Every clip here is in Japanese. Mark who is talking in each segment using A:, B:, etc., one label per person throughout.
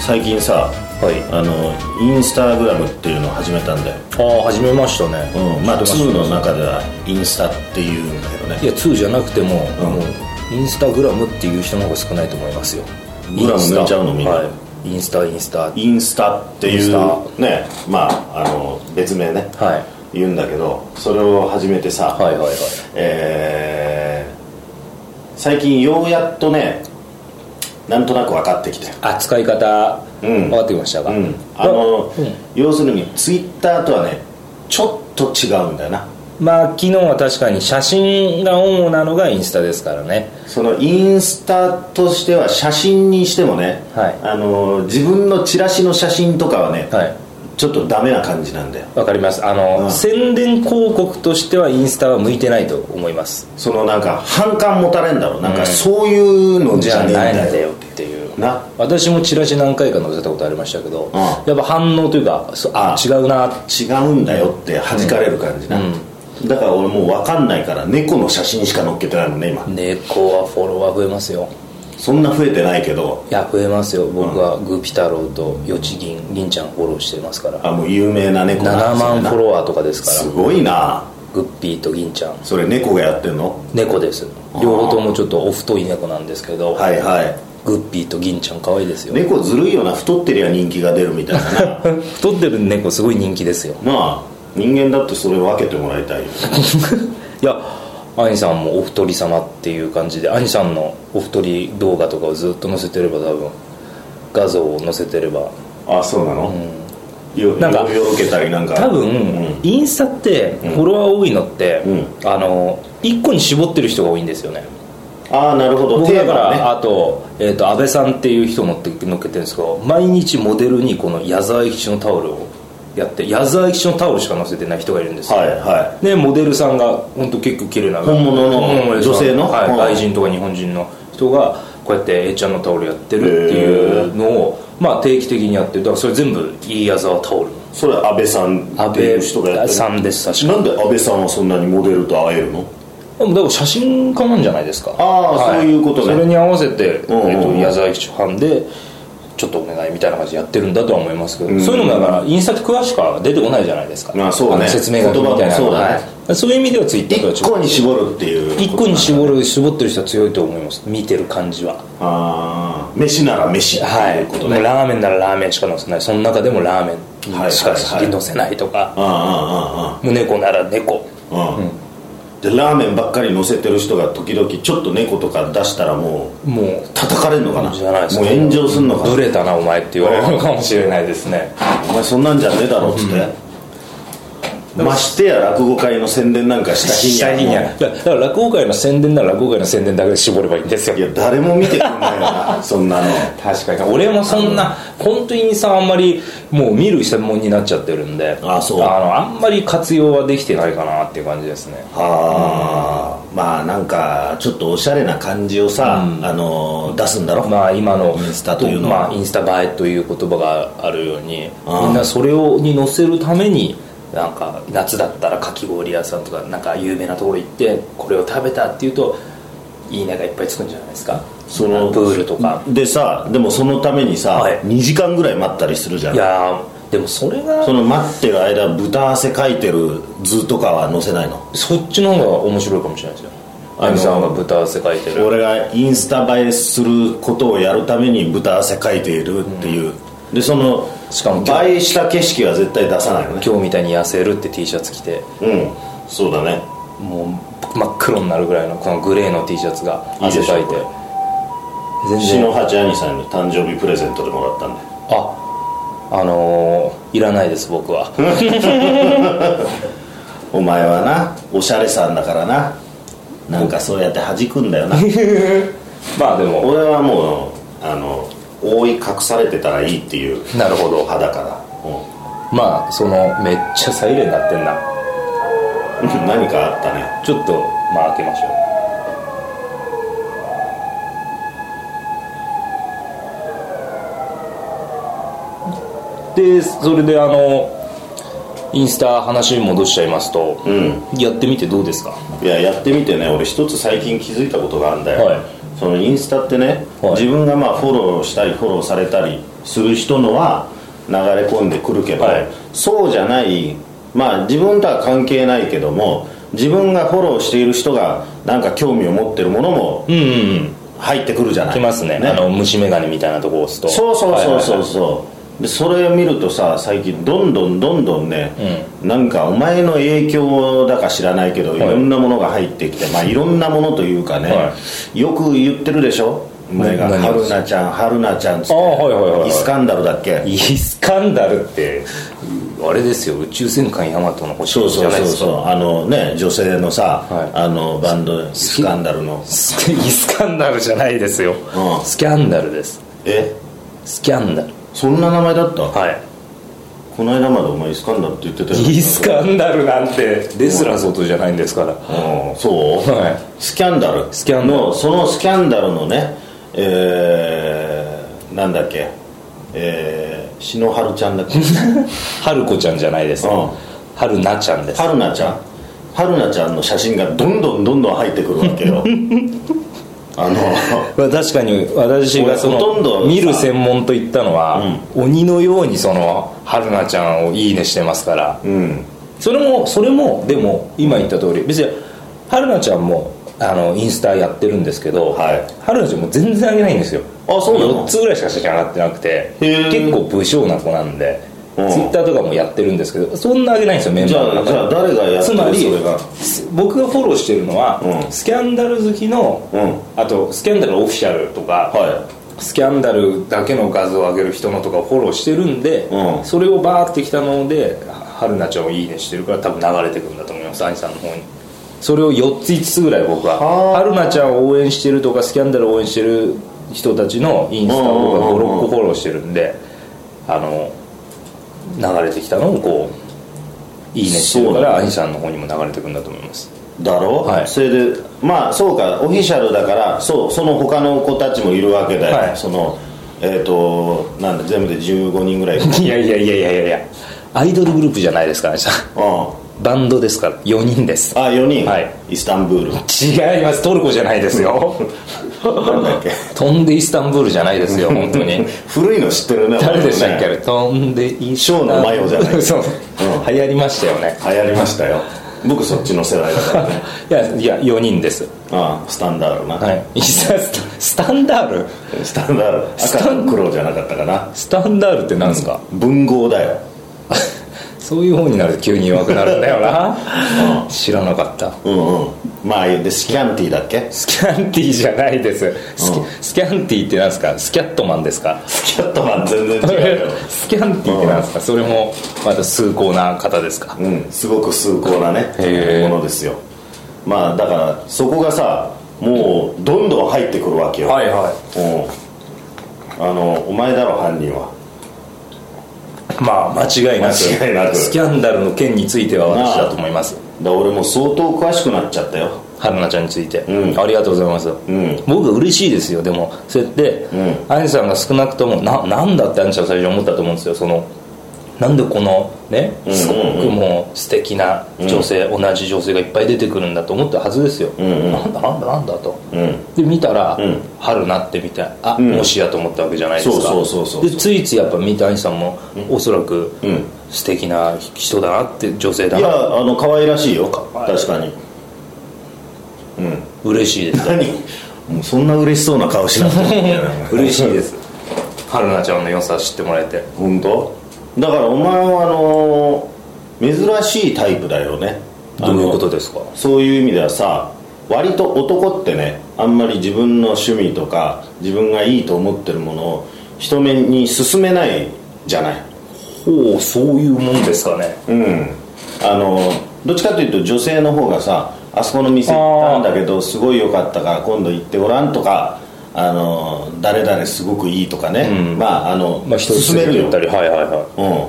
A: 最近さ
B: はい
A: あのインスタグラムっていうのを始めたんだよ、
B: ああ始めましたね
A: うん、まあ
B: 知って
A: 2
B: ま
A: の
B: した
A: 中ではインスタっていうんだけどね
B: いや2じゃなくても、あのインスタグラムっていう人の方が少ないと思いますよ
A: グラム抜いちゃうのみんな
B: はい、インスタインスタはい
A: インスタってい
B: インス
A: う
B: タ
A: ねまああの別名ね
B: はい
A: 言うんだけどそれを始めてさ、
B: はいはい
A: えー最近ようやっとねなんとなく分かってきて
B: あ使い方、
A: うん
B: 分かってきましたが、
A: うん
B: ま
A: あの、
B: うん
A: 要するにツイッターとはねちょっと違うんだよな
B: まあ昨日は確かに写真が主なのがインスタですからね
A: そのインスタとしては写真にしてもね、
B: はい
A: あの自分のチラシの写真とかはね、
B: はい
A: ちょっとダメな感じなんだよ
B: わかりますあの、
A: うん
B: 宣伝広告としてはインスタは向いてないと思います
A: そのなんか反感持たれんだろうなんかそういうのじ
B: じ
A: ゃ
B: ゃ
A: ねえん
B: ないん
A: だ
B: だ
A: よ
B: よっていう
A: な
B: 私もチラシ何回か載せたことありましたけど、
A: ん
B: やっぱ反応というかそうあ
A: あ
B: 違うなって
A: 違うんだよって弾かれる感じな、だから俺もう分かんないから猫の写真しか載っけてないもんね今
B: 猫はフォロワー増えますよ
A: そんな増えてないけど
B: いや増えますよ僕はグーピ太郎とよちぎん銀ちゃんフォローしてますから
A: あもう有名な猫なん
B: 7
A: ですよ
B: 万
A: な
B: フォロワーとかです
A: す
B: か
A: ごいな
B: らグッピーと銀ちゃん
A: それ猫がやってんの
B: 猫です両方ともちょっとお太い猫なんですけど、
A: はいはい
B: グッピーと銀ちゃん可愛いですよ
A: 猫ずるいよな太ってりゃ人気が出るみたいなな
B: 太ってる猫すごい人気ですよ
A: まあ人間だってそれ分けてもらいたいよ
B: いや兄さんもお太り様っていう感じで兄さんのお太り動画とかをずっと載せてれば多分画像を載せてれば
A: あそうなの、よ
B: なんか
A: よよろけたりなんか
B: 多分、インスタってフォロワー多いのって、
A: う
B: あの1個に絞ってる人が多いんですよね
A: ああなるほど
B: 僕
A: テ
B: だ
A: ーマ
B: か
A: は
B: ら、
A: ね
B: あと,、えー、と安倍さんっていう人を乗って乗っけてるんですけど毎日モデルにこの矢沢永吉のタオルをやって矢沢永吉のタオルしか載せてない人がいるんですよ、
A: はいはい
B: でモデルさんが本当結構綺麗な
A: 本物の
B: 本物です
A: 女性の
B: はい
A: うん
B: 外人とか日本人の人がこうやって A ちゃんのタオルやってるっていうのを、まあ、定期的にやってるだからそれ全部いい矢沢タオル
A: それは安倍さん
B: 安
A: っていう人がやっ
B: 倍
A: てる
B: さんです確か
A: なんで安倍さんはそんなにモデルと会えるの
B: でもだから写真家なんじゃないですか
A: あーそういうことね
B: それに合わせて、
A: んうんうん
B: えっと矢沢一班でちょっとお願いみたいな感じでやってるんだとは思いますけど、そういうのもだからインスタって詳しくは出てこないじゃないですか、
A: まあそうね
B: の説明書きみた
A: 言
B: い
A: 葉
B: な
A: もそうだね
B: はいからそういう意味ではツイッターとは
A: 一個に絞るっていう
B: 一個に絞る絞ってる人は強いと思います見てる感じは
A: ああ飯なら飯って
B: はい
A: いうことね、
B: もうラーメンならラーメンしか載せないその中でもラーメンしか載せないと
A: あ
B: か、
A: ああああ
B: もう猫なら猫
A: ああでラーメンばっかり乗せてる人が時々ちょっと猫とか出したらもう
B: もう
A: 叩かれるのかな
B: じゃないです
A: も
B: か
A: う炎上すんのか
B: ブ
A: な
B: レたなお前って言われるのかもしれないですね
A: お前そんなんじゃねえだろっつって、ましてや落語会の宣伝なんかした日にはもう
B: いやだから落語界の宣伝なら落語界の宣伝だけで絞ればいいんですよ
A: いや誰も見てくんないよな そんなの
B: 確かに俺もそんな本当にさあんまりもう見る専門になっちゃってるんで
A: あそう
B: あのあんまり活用はできてないかなっていう感じですね
A: ああまあなんかちょっとおしゃれな感じをさ、あの出すんだろ、
B: まあ今の
A: インスタというのは
B: まあ、インスタ映えという言葉があるように
A: ああ
B: みんなそれをに載せるためになんか夏だったらかき氷屋さんとかなんか有名なところ行ってこれを食べたっていうといいねがいっぱいつくんじゃないですか
A: その
B: プールとか
A: でさでもそのためにさ、
B: はい
A: 2時間ぐらい待ったりするじゃ
B: い
A: ん
B: やーでもそれが
A: その待ってる間豚汗かいてる図とかは載せないの
B: そっちの方が面白いかもしれないですよ
A: あの
B: アミさんが豚汗かいてる
A: 俺がインスタ映えすることをやるために豚汗かいているっていう、でその
B: しかも
A: 映えした景色は絶対出さないよね
B: 今日みたいに痩せるって T シャツ着て
A: うんそうだね
B: もう真っ黒になるぐらいのこのグレーの T シャツが
A: いいで
B: 汗
A: しょ
B: かいて全
A: 篠八兄さんに誕生日プレゼントでもらったんで
B: ああのーいらないです僕は
A: お前はなおしゃれさんだからななんかそうやって弾くんだよな
B: まあでも
A: 俺はもうあの覆い隠されてたらいいっていう
B: なるほど
A: 派だから、うん
B: まあそのめっちゃサイレンなってんな
A: 何かあったね
B: ちょっとまあ開けましょうでそれであのインスタ話に戻しちゃいますと、やってみてどうですか
A: いややってみてね俺一つ最近気づいたことがあるんだよ、
B: はい
A: そのインスタってね、
B: はい
A: 自分がまあフォローしたりフォローされたりする人のは流れ込んでくるけど、
B: はい
A: そうじゃないまあ自分とは関係ないけども自分がフォローしている人がなんか興味を持ってるものも
B: うんうんうん
A: 入ってくるじゃない
B: 来ますねあの虫眼鏡みたいなとこ押すと
A: そうそうそう
B: はいはい
A: そう
B: はい
A: そう、でそれを見るとさ最近どんどんどんどんね、なんかお前の影響だか知らないけど、い、ろんなものが入ってきてまあいろんなものというかね、
B: は
A: よく言ってるでしょ俺が「
B: 何
A: はるなちゃんはるなちゃん」っつって
B: あーはいはいはいはい
A: イスカンダルだっけ
B: イスカンダルってあれですよ宇宙戦艦ヤマトの星
A: そう
B: じ
A: そ
B: ゃ
A: う
B: ない
A: そう
B: ですか
A: そうあのね女性のさ、
B: はい
A: あのバンドイスカンダルの
B: イスカンダルじゃないですよ、
A: うん
B: スキャンダルです
A: え
B: スキャンダル
A: そんな名前だった
B: はい
A: この間までお前イスカンダルって言ってたよ
B: イスカンダルなんてレスラー相当じゃないんですから
A: うんそう、
B: はい
A: スキャンダル
B: スキャンダル
A: のそのスキャンダルのねえー、なんだっけえー、篠原ちゃ んだっけ
B: 春子ちゃんじゃないです、
A: うん
B: 春菜ちゃんです
A: 春菜ちゃん春菜ちゃんの写真がどんどんどんどん入ってくるわ けよあの
B: まあ確かに私がその
A: 俺ほとんどさ
B: 見る専門といったのは、鬼のようにその春菜ちゃんを「いいね」してますから、
A: うん
B: それもそれもでも今言った通り別に春菜ちゃんもあのインスタやってるんですけど、
A: はい
B: 春菜ちゃんも全然上げないんですよ
A: あそうなの
B: 4つぐらいしか写真上がってなくて
A: へー
B: 結構武将な子なんで
A: うん
B: ツイッターとかもやってるんですけどそんな上げないんですよメン
A: じ
B: バーの
A: ゃあ
B: 中で
A: じゃあ誰がやって
B: つ
A: る
B: まり
A: それが
B: す僕がフォローしてるのは、
A: うん
B: スキャンダル好きの、
A: うん
B: あとスキャンダルオフィシャルとか、
A: は
B: スキャンダルだけの画像を上げる人のとかをフォローしてるんで、
A: うん
B: それをバーってきたので春菜ちゃんを「いいね」してるから多分流れてくるんだと思います兄さんの方にそれを4つ5つぐらい僕は
A: はあ
B: 春菜ちゃんを応援してるとかスキャンダルを応援してる人たちのインスタとか
A: うんうんうんうん
B: 56個フォローしてるんであの流れてきたのをこう「いいね」してるから兄さんの方にも流れてくるんだと思います
A: だろ、
B: はい
A: それでまあそうかオフィシャルだからそうその他の子たちもいるわけだよ、
B: はい
A: そのえっ、となんだ全部で15人ぐ らいいる
B: いやいやいやいやいやいやアイドルグループじゃないですから兄さん
A: うん
B: バンドですから4人です
A: あ4人、
B: はい
A: イスタンブール
B: 違いますトルコじゃないですよ
A: なんだっけ
B: 飛んでイスタンブールじゃない ですよ本当に
A: 古いの知ってるね
B: 誰でしたっ
A: 俺
B: け、あ
A: ね
B: れ飛んでイ
A: ショーのマヨじゃない
B: そう、流行りましたよね
A: 流行りましたよ僕そっちの世代だからね
B: いやいや4人です
A: ああスタンダードな、
B: はいイスタスタンダール
A: スタンダード
B: スタ
A: 赤
B: ン
A: と黒じゃなかったかな
B: スタンダールって何ですか、
A: 文豪だよ
B: そういう方になると急に弱くなるんだよな知らなかった
A: うんうんまあああいうでスキャンティだっけ
B: スキャンティじゃないですスキ,、スキャンティって何ですかスキャットマンですか
A: スキャットマン全然違う よ
B: スキャンティってなんですか、それもまた崇高な方ですか、
A: うん、すごく崇高なね
B: へえ
A: ものですよまあだからそこがさもうどんどん入ってくるわけよ、
B: はいは
A: うんあのお前だろ犯人はい
B: まあ間違いなく
A: 間違いなく
B: スキャンダルの件については私だと思います
A: だ俺もう相当詳しくなっちゃったよ
B: 春菜ちゃんについて、
A: うん
B: ありがとうございます、
A: ん
B: 僕は嬉しいですよでもそうやって、
A: う
B: アニさんが少なくともななんだってアニさんは最初思ったと思うんですよそのなんでこのね
A: ん
B: すごくもう素敵な女性、同じ女性がいっぱい出てくるんだと思ったはずですよ、
A: んうん
B: なんだなんだなんだと、
A: うん
B: で見たら、
A: ん
B: 春菜って見てあ、
A: ん
B: もしやと思ったわけじゃないですか
A: そうそうそうそう
B: でついついやっぱ見た兄さんも、おそらく、
A: ん
B: 素敵な人だなって女性だ
A: い
B: な
A: やあの可愛らしいよ
B: 愛い
A: 確かに
B: 嬉しいです
A: 何もうそんな嬉しそうな顔しなくてもいいんだよ
B: 嬉しいです春菜ちゃんの良さ知ってもらえて
A: 本当だからお前はあの珍しいタイプだよね
B: どういうことですか
A: そういう意味ではさ割と男ってねあんまり自分の趣味とか自分がいいと思ってるものを人目に勧めないじゃない
B: ほうそういうもんですかね
A: うんあのどっちかというと女性の方がさあそこの店行ったんだけどすごい良かったから今度行ってごらんとかあの誰々すごくいいとかね、まああの、
B: まあ人に
A: 勧める
B: 言
A: よ、
B: っ
A: う
B: たりはいはいは
A: ん、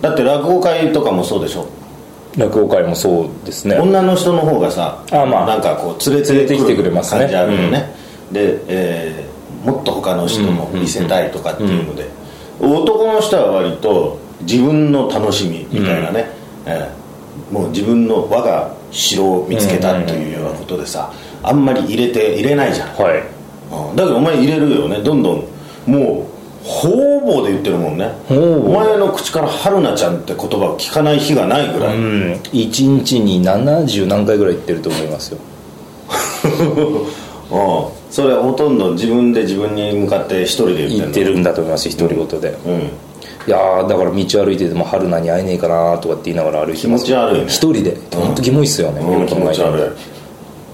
A: だって落語会とかもそうでしょ
B: い落語会もそうですね
A: 女の人の方がさ
B: あまあ
A: なんかこう連れて
B: 連れてきてくれますね
A: 感じあるよね、で、えーもっと他の人も見せたいとかっていうので、男の人は割と自分の楽しみみたいなね、えーもう自分の我が城を見つけたというようなことでさ、あんまり入れて入れないじゃん、
B: はい
A: うんだけどお前入れるよねどんどんもう方々で言ってるもんねお
B: 方々
A: 前の口から「春菜ちゃん」って言葉を聞かない日がないぐらい、
B: うん1日に70何回ぐらい行ってると思いますよ
A: うんそれほとんど自分で自分に向かって一人で言ってんの
B: 行ってるんだと思います独り言で、
A: うん
B: いやーだから道歩いてても春菜に会えねえかなとかって言いながら歩いてま
A: 気持
B: す
A: ち悪いね
B: 一人で本当キモいっすよね、
A: うん、気持ち悪いだか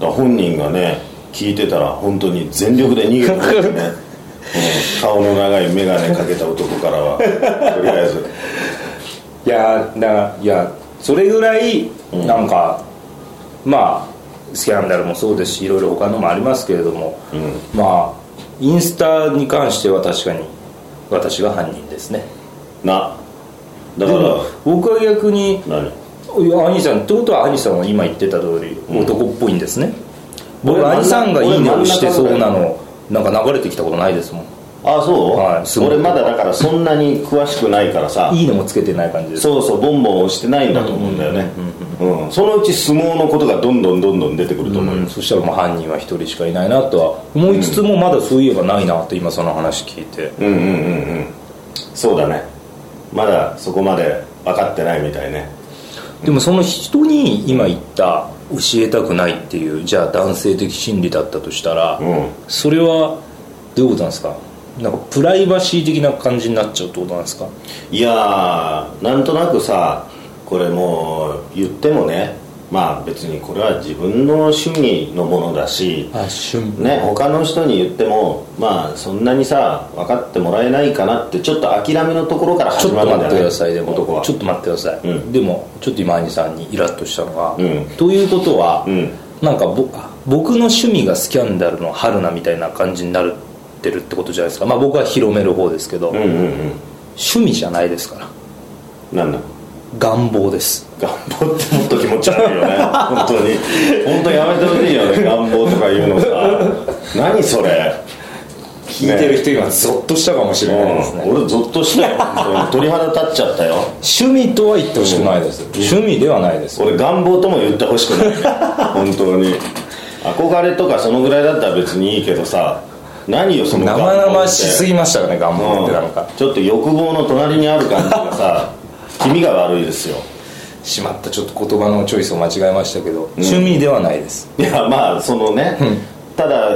A: ら本人がね聞いてたら本当に全力で逃げて くるね、うん顔の長い眼鏡かけた男からはとりあえず
B: いやーだからいやそれぐらいなんか、まあスキャンダルもそうですしいろいろ他のもありますけれども、まあインスタに関しては確かに私が犯人ですね
A: なだ
B: だ
A: か
B: からら僕は逆に
A: 何
B: いや兄さんってことは兄さんは今言ってた通り男っぽいんですね、僕
A: 俺
B: 兄さんがいいねをしてそうな
A: 俺真ん中
B: のなんか流れてきたことないですもん
A: あそう、
B: はいすごい
A: 俺まだだからそんなに詳しくないからさ
B: いいねもつけてない感じです
A: そうそうボンボン押してないんだと思うんだよねうんそのうち相撲のことがどんどんどんどん出てくると思うよ、
B: うんそしたらもう犯人は一人しかいないなとは思いつつもまだそういえばないなと今その話聞いて、
A: うんうんうんうんそうだねまだそこまで分かってないみたいね
B: でもその人に今言った教えたくないっていうじゃあ男性的心理だったとしたら、
A: うん
B: それはどういうことなんですかなんかプライバシー的な感じになっちゃうってことなんですか
A: いやーなんとなくさこれもう言ってもねまあ別にこれは自分の趣味のものだし
B: あ瞬
A: ね他の人に言ってもまあそんなにさ分かってもらえないかなってちょっと諦めのところから
B: ち
A: 始
B: ょっ
A: まるん
B: と待っ
A: だ
B: てく
A: よ
B: だ
A: ね
B: さいでも
A: 男は
B: ちょっと待ってください、
A: うん
B: でもちょっと今兄さんにイラッとしたのが、
A: うん
B: ということは、
A: うん
B: なんかぼ僕の趣味がスキャンダルの春菜みたいな感じになるってるってことじゃないですかまあ僕は広める方ですけど、
A: うんうんうん
B: 趣味じゃないですから
A: なんだ
B: 願望です
A: 願望ってもっと気持ち悪い よね本当に本当やめてほしいよね願望とか言うのさ何それ
B: 聞いてる人今ゾッとしたかもしれないですね、
A: うん俺ゾッとした よ本当に鳥肌立っちゃったよ
B: 趣味とは言ってほしくないです、趣味ではないです、
A: 俺願望とも言ってほしくないね本当に憧れとかそのぐらいだったら別にいいけどさ何よその願望っ
B: 生
A: て
B: 々しすぎましたよね願望ってなんか、
A: うんちょっと欲望の隣にある感じが さ気味が悪いですよ
B: しまったちょっと言葉のチョイスを間違えましたけど、趣味ではないです
A: いやまあそのね、ただ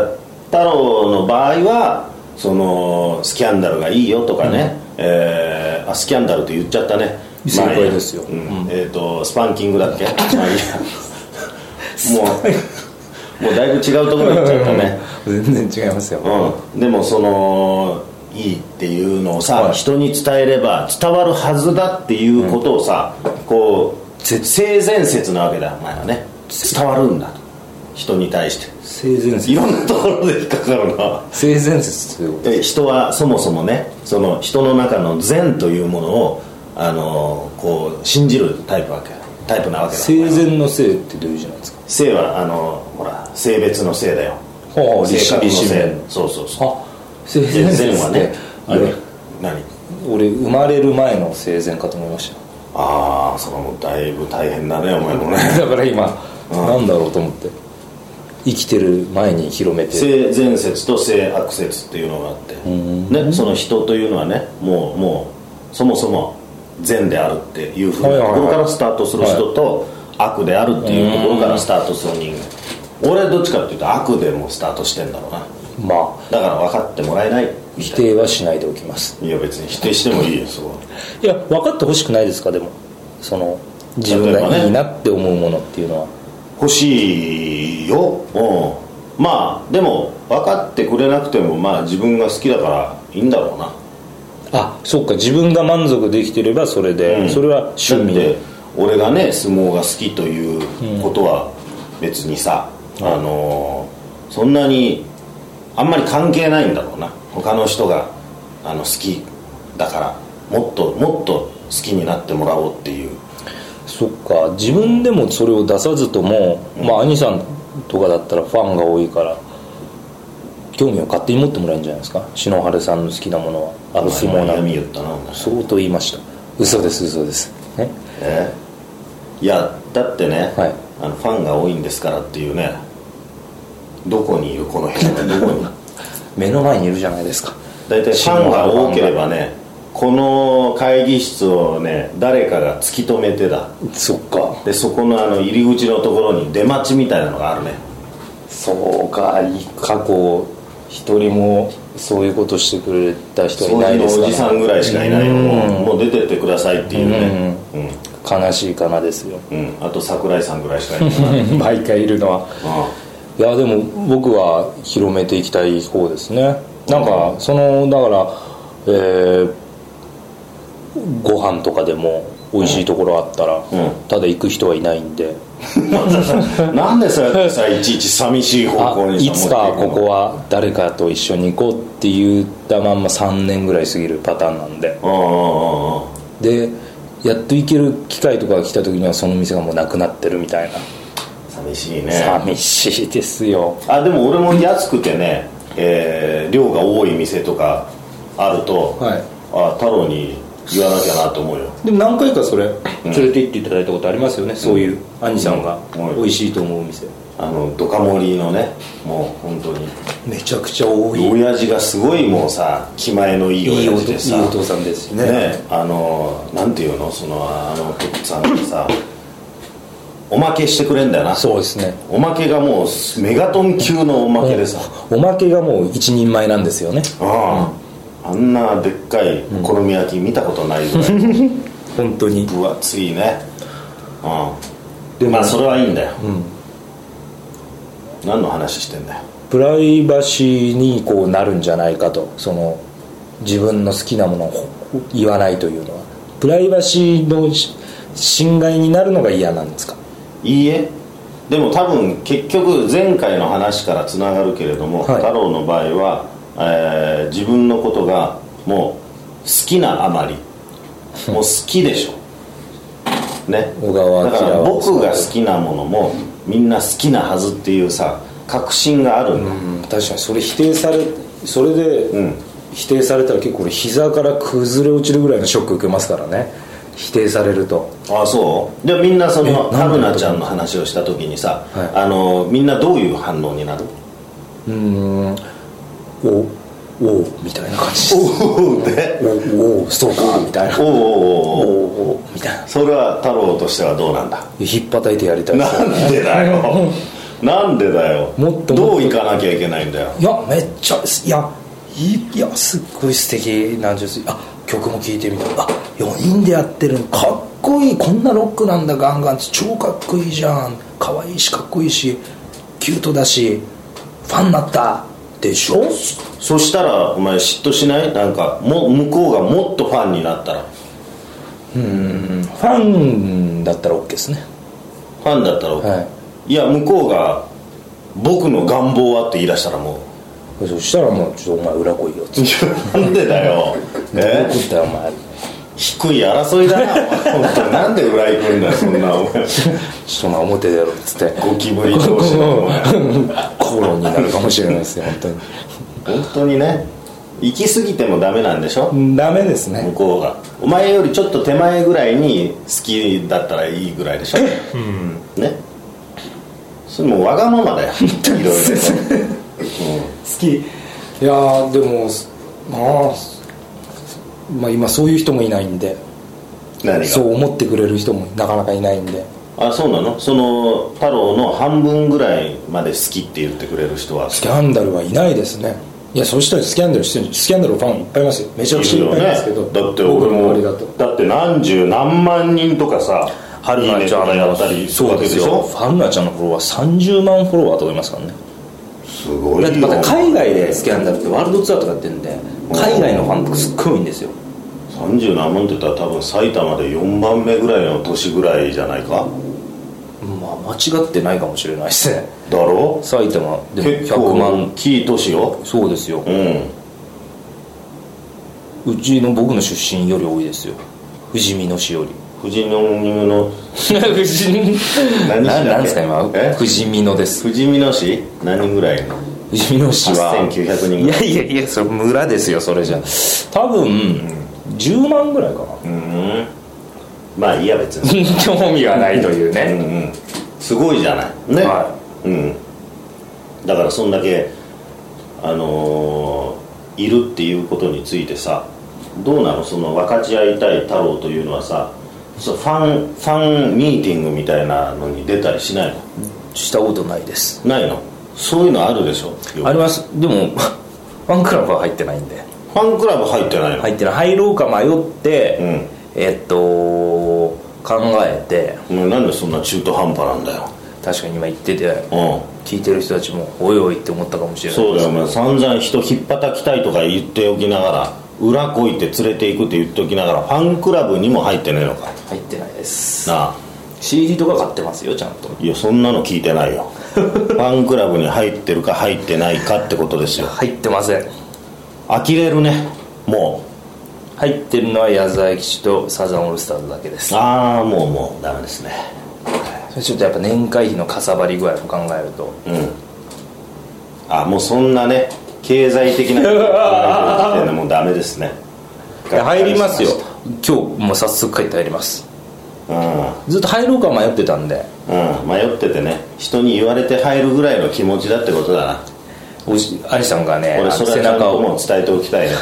A: 太郎の場合はそのスキャンダルがいいよとかね、えーあスキャンダルって言っちゃったね
B: 正解ですよ
A: まあいいやうんえっ、とスパンキング だっけまあいいやもうもうだいぶ違うところに行っちゃったね、
B: 全然違いますよ、
A: うん、でもそのいいっていうのをさ、
B: はい
A: 人に伝えれば伝わるはずだっていうことをさ、こうせ性善説なわけだお前はね伝わるんだと人に対して
B: 性善
A: い
B: 説
A: ろんなところで引っかかるな
B: 性善説ということ
A: え人はそもそもねその人の中の善というものをあのこう信じるタイプわけタイプなわけだ
B: 性善の性ってどういう字なんですか
A: 性はあのほら性別の性だよ
B: ほう
A: 性格の
B: 立志
A: 性
B: 立
A: そうそうそう
B: あ性
A: で
B: 善
A: 善
B: 説
A: は
B: っ
A: ね
B: て
A: あれ何
B: 俺生まれる前の生前かと思いまし
A: ああそれもうだいぶ大変だねお前も
B: た
A: ね
B: だから今なんだろうと思って生きてる前に広めて
A: 性善説と性悪説っていうのがあってねその人というのはねもうもうそもそも善であるっていうふう
B: は
A: ないと
B: はいはい
A: ころからスタートする人と悪であるっていうところからスタートする人間俺はどっちかっていうと悪でもスタートしてんだろうな
B: まあ
A: だから分かってもらえない
B: 否定はしないでおきます
A: いや別に否定してもいいよそこはい
B: や分かってほしくないですかでもその自分
A: 例えば
B: が
A: ね
B: いいなって思うものっていうのは
A: 欲しいよ、うん、まあでも分かってくれなくてもまあ自分が好きだからいいんだろうな
B: あそっか自分が満足できてればそれで、
A: うん
B: それは趣味
A: だって俺がね相撲が好きということは別にさ、あのーそんなにあんまり関係ないんだろうな他の人があの好きだからもっともっと好きになってもらおうっていう
B: そっか自分でもそれを出さずとも、まあ兄さんとかだったらファンが多いから興味を勝手に持ってもらえるんじゃないですか篠原さんの好きなものはあの相撲な
A: 闇言ったなお前
B: 相当言いました嘘です嘘ですね
A: えいやだってね、
B: はい
A: あのファンが多いんですからっていうねどこにいるこの辺はど こに
B: 目の前にいるじゃないですか
A: 大体ファンが多ければねこの会議室をね誰かが突き止めてだ
B: そっか
A: でそこのあの入り口のところに出待ちみたいなのがあるね
B: そうかい過去一人もそういうことしてくれた人はい
A: 掃
B: な
A: 除
B: い
A: の
B: です
A: お
B: か
A: じ
B: ら
A: さんぐらいしかいないよもうもう出てってくださいっていうねうん
B: 悲しいかなですよ
A: うん、あと桜井さんぐらいしかいないかな
B: 毎回いるのは
A: あ
B: いやでも僕は広めていきたい方ですねなんかそのだからえーご飯とかでも美味しいところあったら、
A: ん
B: ただ行く人はいないんで、
A: あなん でそうやってさいちいち寂しい方
B: あ
A: 向に
B: い
A: さ
B: つかここ
A: は
B: は誰かと一緒に行こうって言ったまんま3年ぐらい過ぎるパターンなんで
A: ああ
B: でやっと行ける機会とかが来た時にはその店がもうなくなってるみたいな、
A: 寂しいね
B: 寂しいですよ
A: あでも俺も安くてね、えー量が多い店とかあると、
B: はい
A: あ太郎に言わなきゃなと思うよ
B: でも何回かそれ連れて行っていただいたことありますよね、そういう兄さんが
A: うん
B: 美味しいと思う店
A: あのドカ盛りのねもう本当に
B: めちゃくちゃ多い
A: 親父がすごいもうさ気前のいい
B: いいお
A: 親
B: 父
A: 父
B: いい
A: でさ
B: お父さんですしね
A: ねあのなんていうのそのあのお父さんがさおまけしてくれんだよな
B: そうですね
A: おまけがもうメガトン級のおまけでさ、
B: おまけがもう一人前なんですよね
A: あああんなでっかいお好み焼き見たことないぐらい、
B: 本当に
A: 分厚いねうん
B: でも
A: まあそれはいいんだよ、何の話してんだよ
B: プライバシーにこうなるんじゃないかとその自分の好きなものを言わないというのはプライバシーのし侵害になるのが嫌なんですか
A: いいえでも多分結局前回の話からつながるけれども、
B: はい
A: 太郎の場合は、えー自分のことがもう好きなあまりもう好きでしょね
B: 小川
A: だ
B: 明
A: から
B: は
A: 僕が好きなものもみんな好きなはずっていうさ確信があるんだ、
B: うん確かにそれ否定されそれで
A: ん
B: 否定されたら結構俺膝から崩れ落ちるぐらいのショック受けますからね否定されると
A: あそうじゃあみんなその
B: えな
A: 春
B: んで
A: 菜ちゃんの話をした時にさ、
B: はい
A: あのみんなどういう反応になる
B: うーんおおうみたいな感じです
A: おうって
B: おおそうかみたいな
A: おうお
B: お
A: うおうおう
B: おみたいな
A: それは太郎としてはどう なんだ
B: 引っ叩いてやりたいです
A: なんでだ よなんでだよ
B: もっともっと
A: どう行かなきゃいけないんだよ
B: いやめっちゃいやいいいやすっごい素敵なんですあ曲も聴いてみたあ4人でやってるのかっこいいこんなロックなんだガンガン超かっこいいじゃんかわいいしかっこいいしキュートだしファンになったでしょ
A: そしたらお前嫉妬しないなんかも向こうがもっとファンになったら
B: ファンだったら OK ですね
A: ファンだったら、、
B: はい
A: や向こうが僕の願望はって言い出したらもう
B: そしたらもうちょっとお前裏来いよつっ
A: なんでだよ
B: て
A: え
B: 送ったよお前
A: 低い争いだなお前本当なんで裏行くんだよそんなお前
B: ちょっとお前表でやろうっつって
A: ゴキブリ調子のお前
B: 口論になるかもしれないですよ本
A: 本当にね行き過ぎてもダメなんでしょ
B: 当にダメですね
A: 向こうがお前よりちょっと手前ぐらいに好きだったらいいぐらいでしょ、ねそれもうわがままだ よいろいろ
B: 好きいやーでもまあまあ今そういう人もいないんで
A: 何
B: そ
A: が
B: う思ってくれる人もなかなかいないんで
A: あそうなのその太郎の半分ぐらいまで好きって言ってくれる人は
B: スキャンダルはいないですねいやそうしたらスキャンダルしてるスキャンダルファンいっぱいいますよめちゃくちゃいっぱいいますけど、
A: いるよねだって
B: 僕
A: 俺
B: の周り
A: も
B: だと
A: だって何十何万人とかさ
B: 春
A: いいね
B: 菜ち
A: と
B: ゃん
A: かやったりするわけでしょ
B: ファンナちゃんのフォロワー30万フォロワーとかいますからね
A: すごい
C: だ
A: よ
C: ってまた海外でスキャンダルってワールドツアーとかやってるんで海外のファンとかすっごい多いんですよ
A: 30何万って言ったら多分埼玉で4番目ぐらいの年ぐらいじゃないか
B: まあ間違ってないかもしれないですね
A: だろ
C: 埼玉でも
A: 結構
C: 100
A: 大
C: 万
A: きい都市よ
C: そうですよ
A: うん
C: うちの僕の出身より多いですよ富士見野市よ り
A: 富士宮の
C: 富士見
A: 何市だっけ
C: なんですか今
A: え
C: 富士見野です
A: 富士見野市何人ぐらいの
C: 富士見野市は
A: 8900人ぐらい
C: いやいやいやそれ村ですよそれじゃ多分10万ぐらいかな
A: うんまあいいや別に
C: 興味がないという
A: う
C: ね
A: んうんすごいじゃないね、
C: は
A: うんだからそんだけあのーいるっていうことについてさどうなのその分かち合いたい太郎というのはさそうファンファンミーティングみたいなのに出たりしないの
B: したことないです
A: ないのそういうのあるでしょよく
B: あります でもファンクラブは入ってないんで
A: ファンクラブ入ってないの、
B: 入ってない入ろうか迷って、
A: うん
B: えっと考えて
A: もうなんでそんな中途半端なんだよ
B: 確かに今言ってて
A: う
B: 聞いてる人たちもおいおいって思ったかもしれ
A: ん
B: ない
A: そうだよお前散々人ひっぱたきたいとか言っておきながら裏こいて連れていくって言っておきながらファンクラブにも入ってねえのか
B: 入ってないです
A: なあ
B: CD とか買ってますよちゃんと
A: いやそんなの聞いてない よファンクラブに入ってるか入ってないかってことですよ
B: 入ってません
A: 呆れるねも
B: 入ってるのは矢沢永吉とサザンオールスターズだけです
A: うああもうもうダメですね
B: それちょっとやっぱ年会費のかさばり具合も考えると
A: うんあもうそんなね経済的なこともうダメですね
B: いや入りますよ今日もう早速帰って入ります
A: うん
B: ずっと入ろうか迷ってたんで
A: うん、迷っててね人に言われて入るぐらいの気持ちだってことだな
B: おじ兄さんがねあ
A: 俺
B: の
A: それ
B: 背
A: はちゃん
B: 中
A: とも
B: を
A: う伝えておきたいね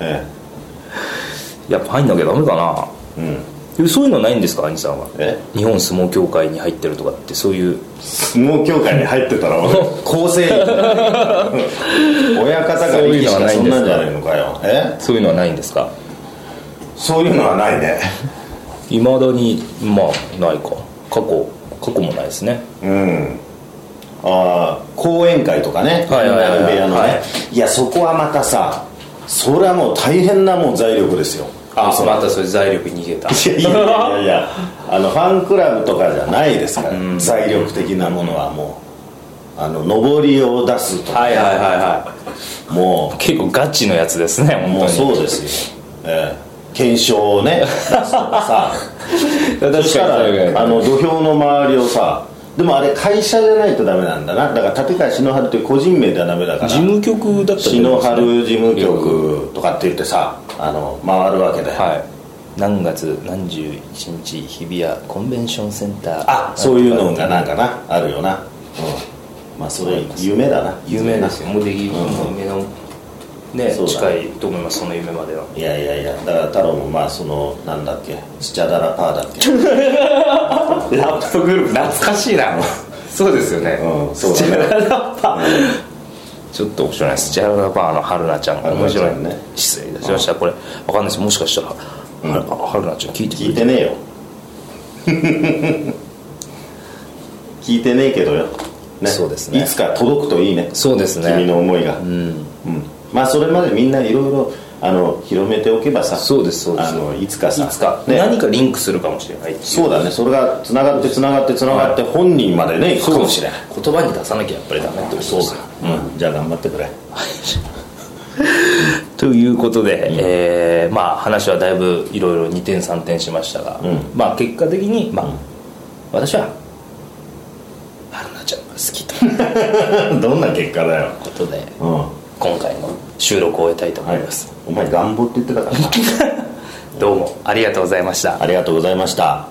A: え
B: やっぱ入んなきゃダメか
A: えうん
B: なえそういうのないんですか兄さんは
A: え
B: 日本相撲協会に入ってるとかってそういう
A: 相撲協会に入ってた ら俺構成員だね親方が力士かそんなんじゃないのかよえ
B: そういうのはないんですか
A: そういうのはない ね
B: いまだにまあないか過去過去もないですね
A: うんああ講演会とかね
B: はいはいはいはい
A: 部屋のね、
B: はい
A: い、やそこはまたさそれはもう大変なもう財力ですよ
B: あ またそれ財力に逃げた
A: いやいやいやいやあのファンクラブとかじゃないですから、財力的なものはもうあの上りを出すとか
B: はいはいはいはい
A: も
B: 結構ガチのやつですね
A: う
B: 本
A: もう
B: 当に
A: そうですよ、ええ検証を ね出すとかさ
B: 確か
A: そ
B: に
A: したらあの土俵の周りをさでもあれ会社じゃないとダメなんだなだから立川篠原という個人名ではダメだから
B: 事務局だったと思い
A: 篠
B: ますね
A: 原事務局とかって言ってさあの回るわけで、
B: はい何月何十一日日比谷コンベンションセンター
A: あそういうのがなんかなあるよなうんまあそれ夢だな
B: 有名ですよもうでき
A: ん
B: もう夢のね
A: そうだ
B: 近いと思いますその夢まではい
A: やいやいやだから太郎もまあそのなんだっけスチャダラパーだっけ
B: ラップグループ懐かしいなそうですよね
A: うんそうだね
B: スチャララパーちょっと面白いねスチャララパーの春菜ちゃんが面白
A: 春
B: い
A: 菜ちゃんね
B: 失礼いたしましたこれわかんないですもしかしたらは春菜ちゃん聞いてく
A: 聞
B: れ
A: いてねえよ聞いてねえけどよ、
B: そうですね
A: いつか届くといいね
B: そうですね
A: 君の思いが、
B: うん
A: うんまあそれまでみんないろいろあの広めておけばさ
B: そうですそうです
A: あのいつかさ
B: いつか
A: ね
B: 何かリンクするかもしれないっていう
A: そうだねそれがつながってつながってつながって本人までね行くかもしれない
B: 言葉に出さなきゃやっぱりダメってことですよ
A: うん、じゃあ頑張ってく れ
B: ということで、えーまあ、話はだいぶいろいろ二点三点しましたが、
A: うん
B: まあ、結果的に、まあ私は春菜ちゃんが好きという
A: どんな結果だよ
B: ことで
A: うんは
B: 今回の収録を終えたいと思い
A: い
B: ます、
A: お前願望って言ってたからな
B: どうもありがとうございました
A: ありがとうございました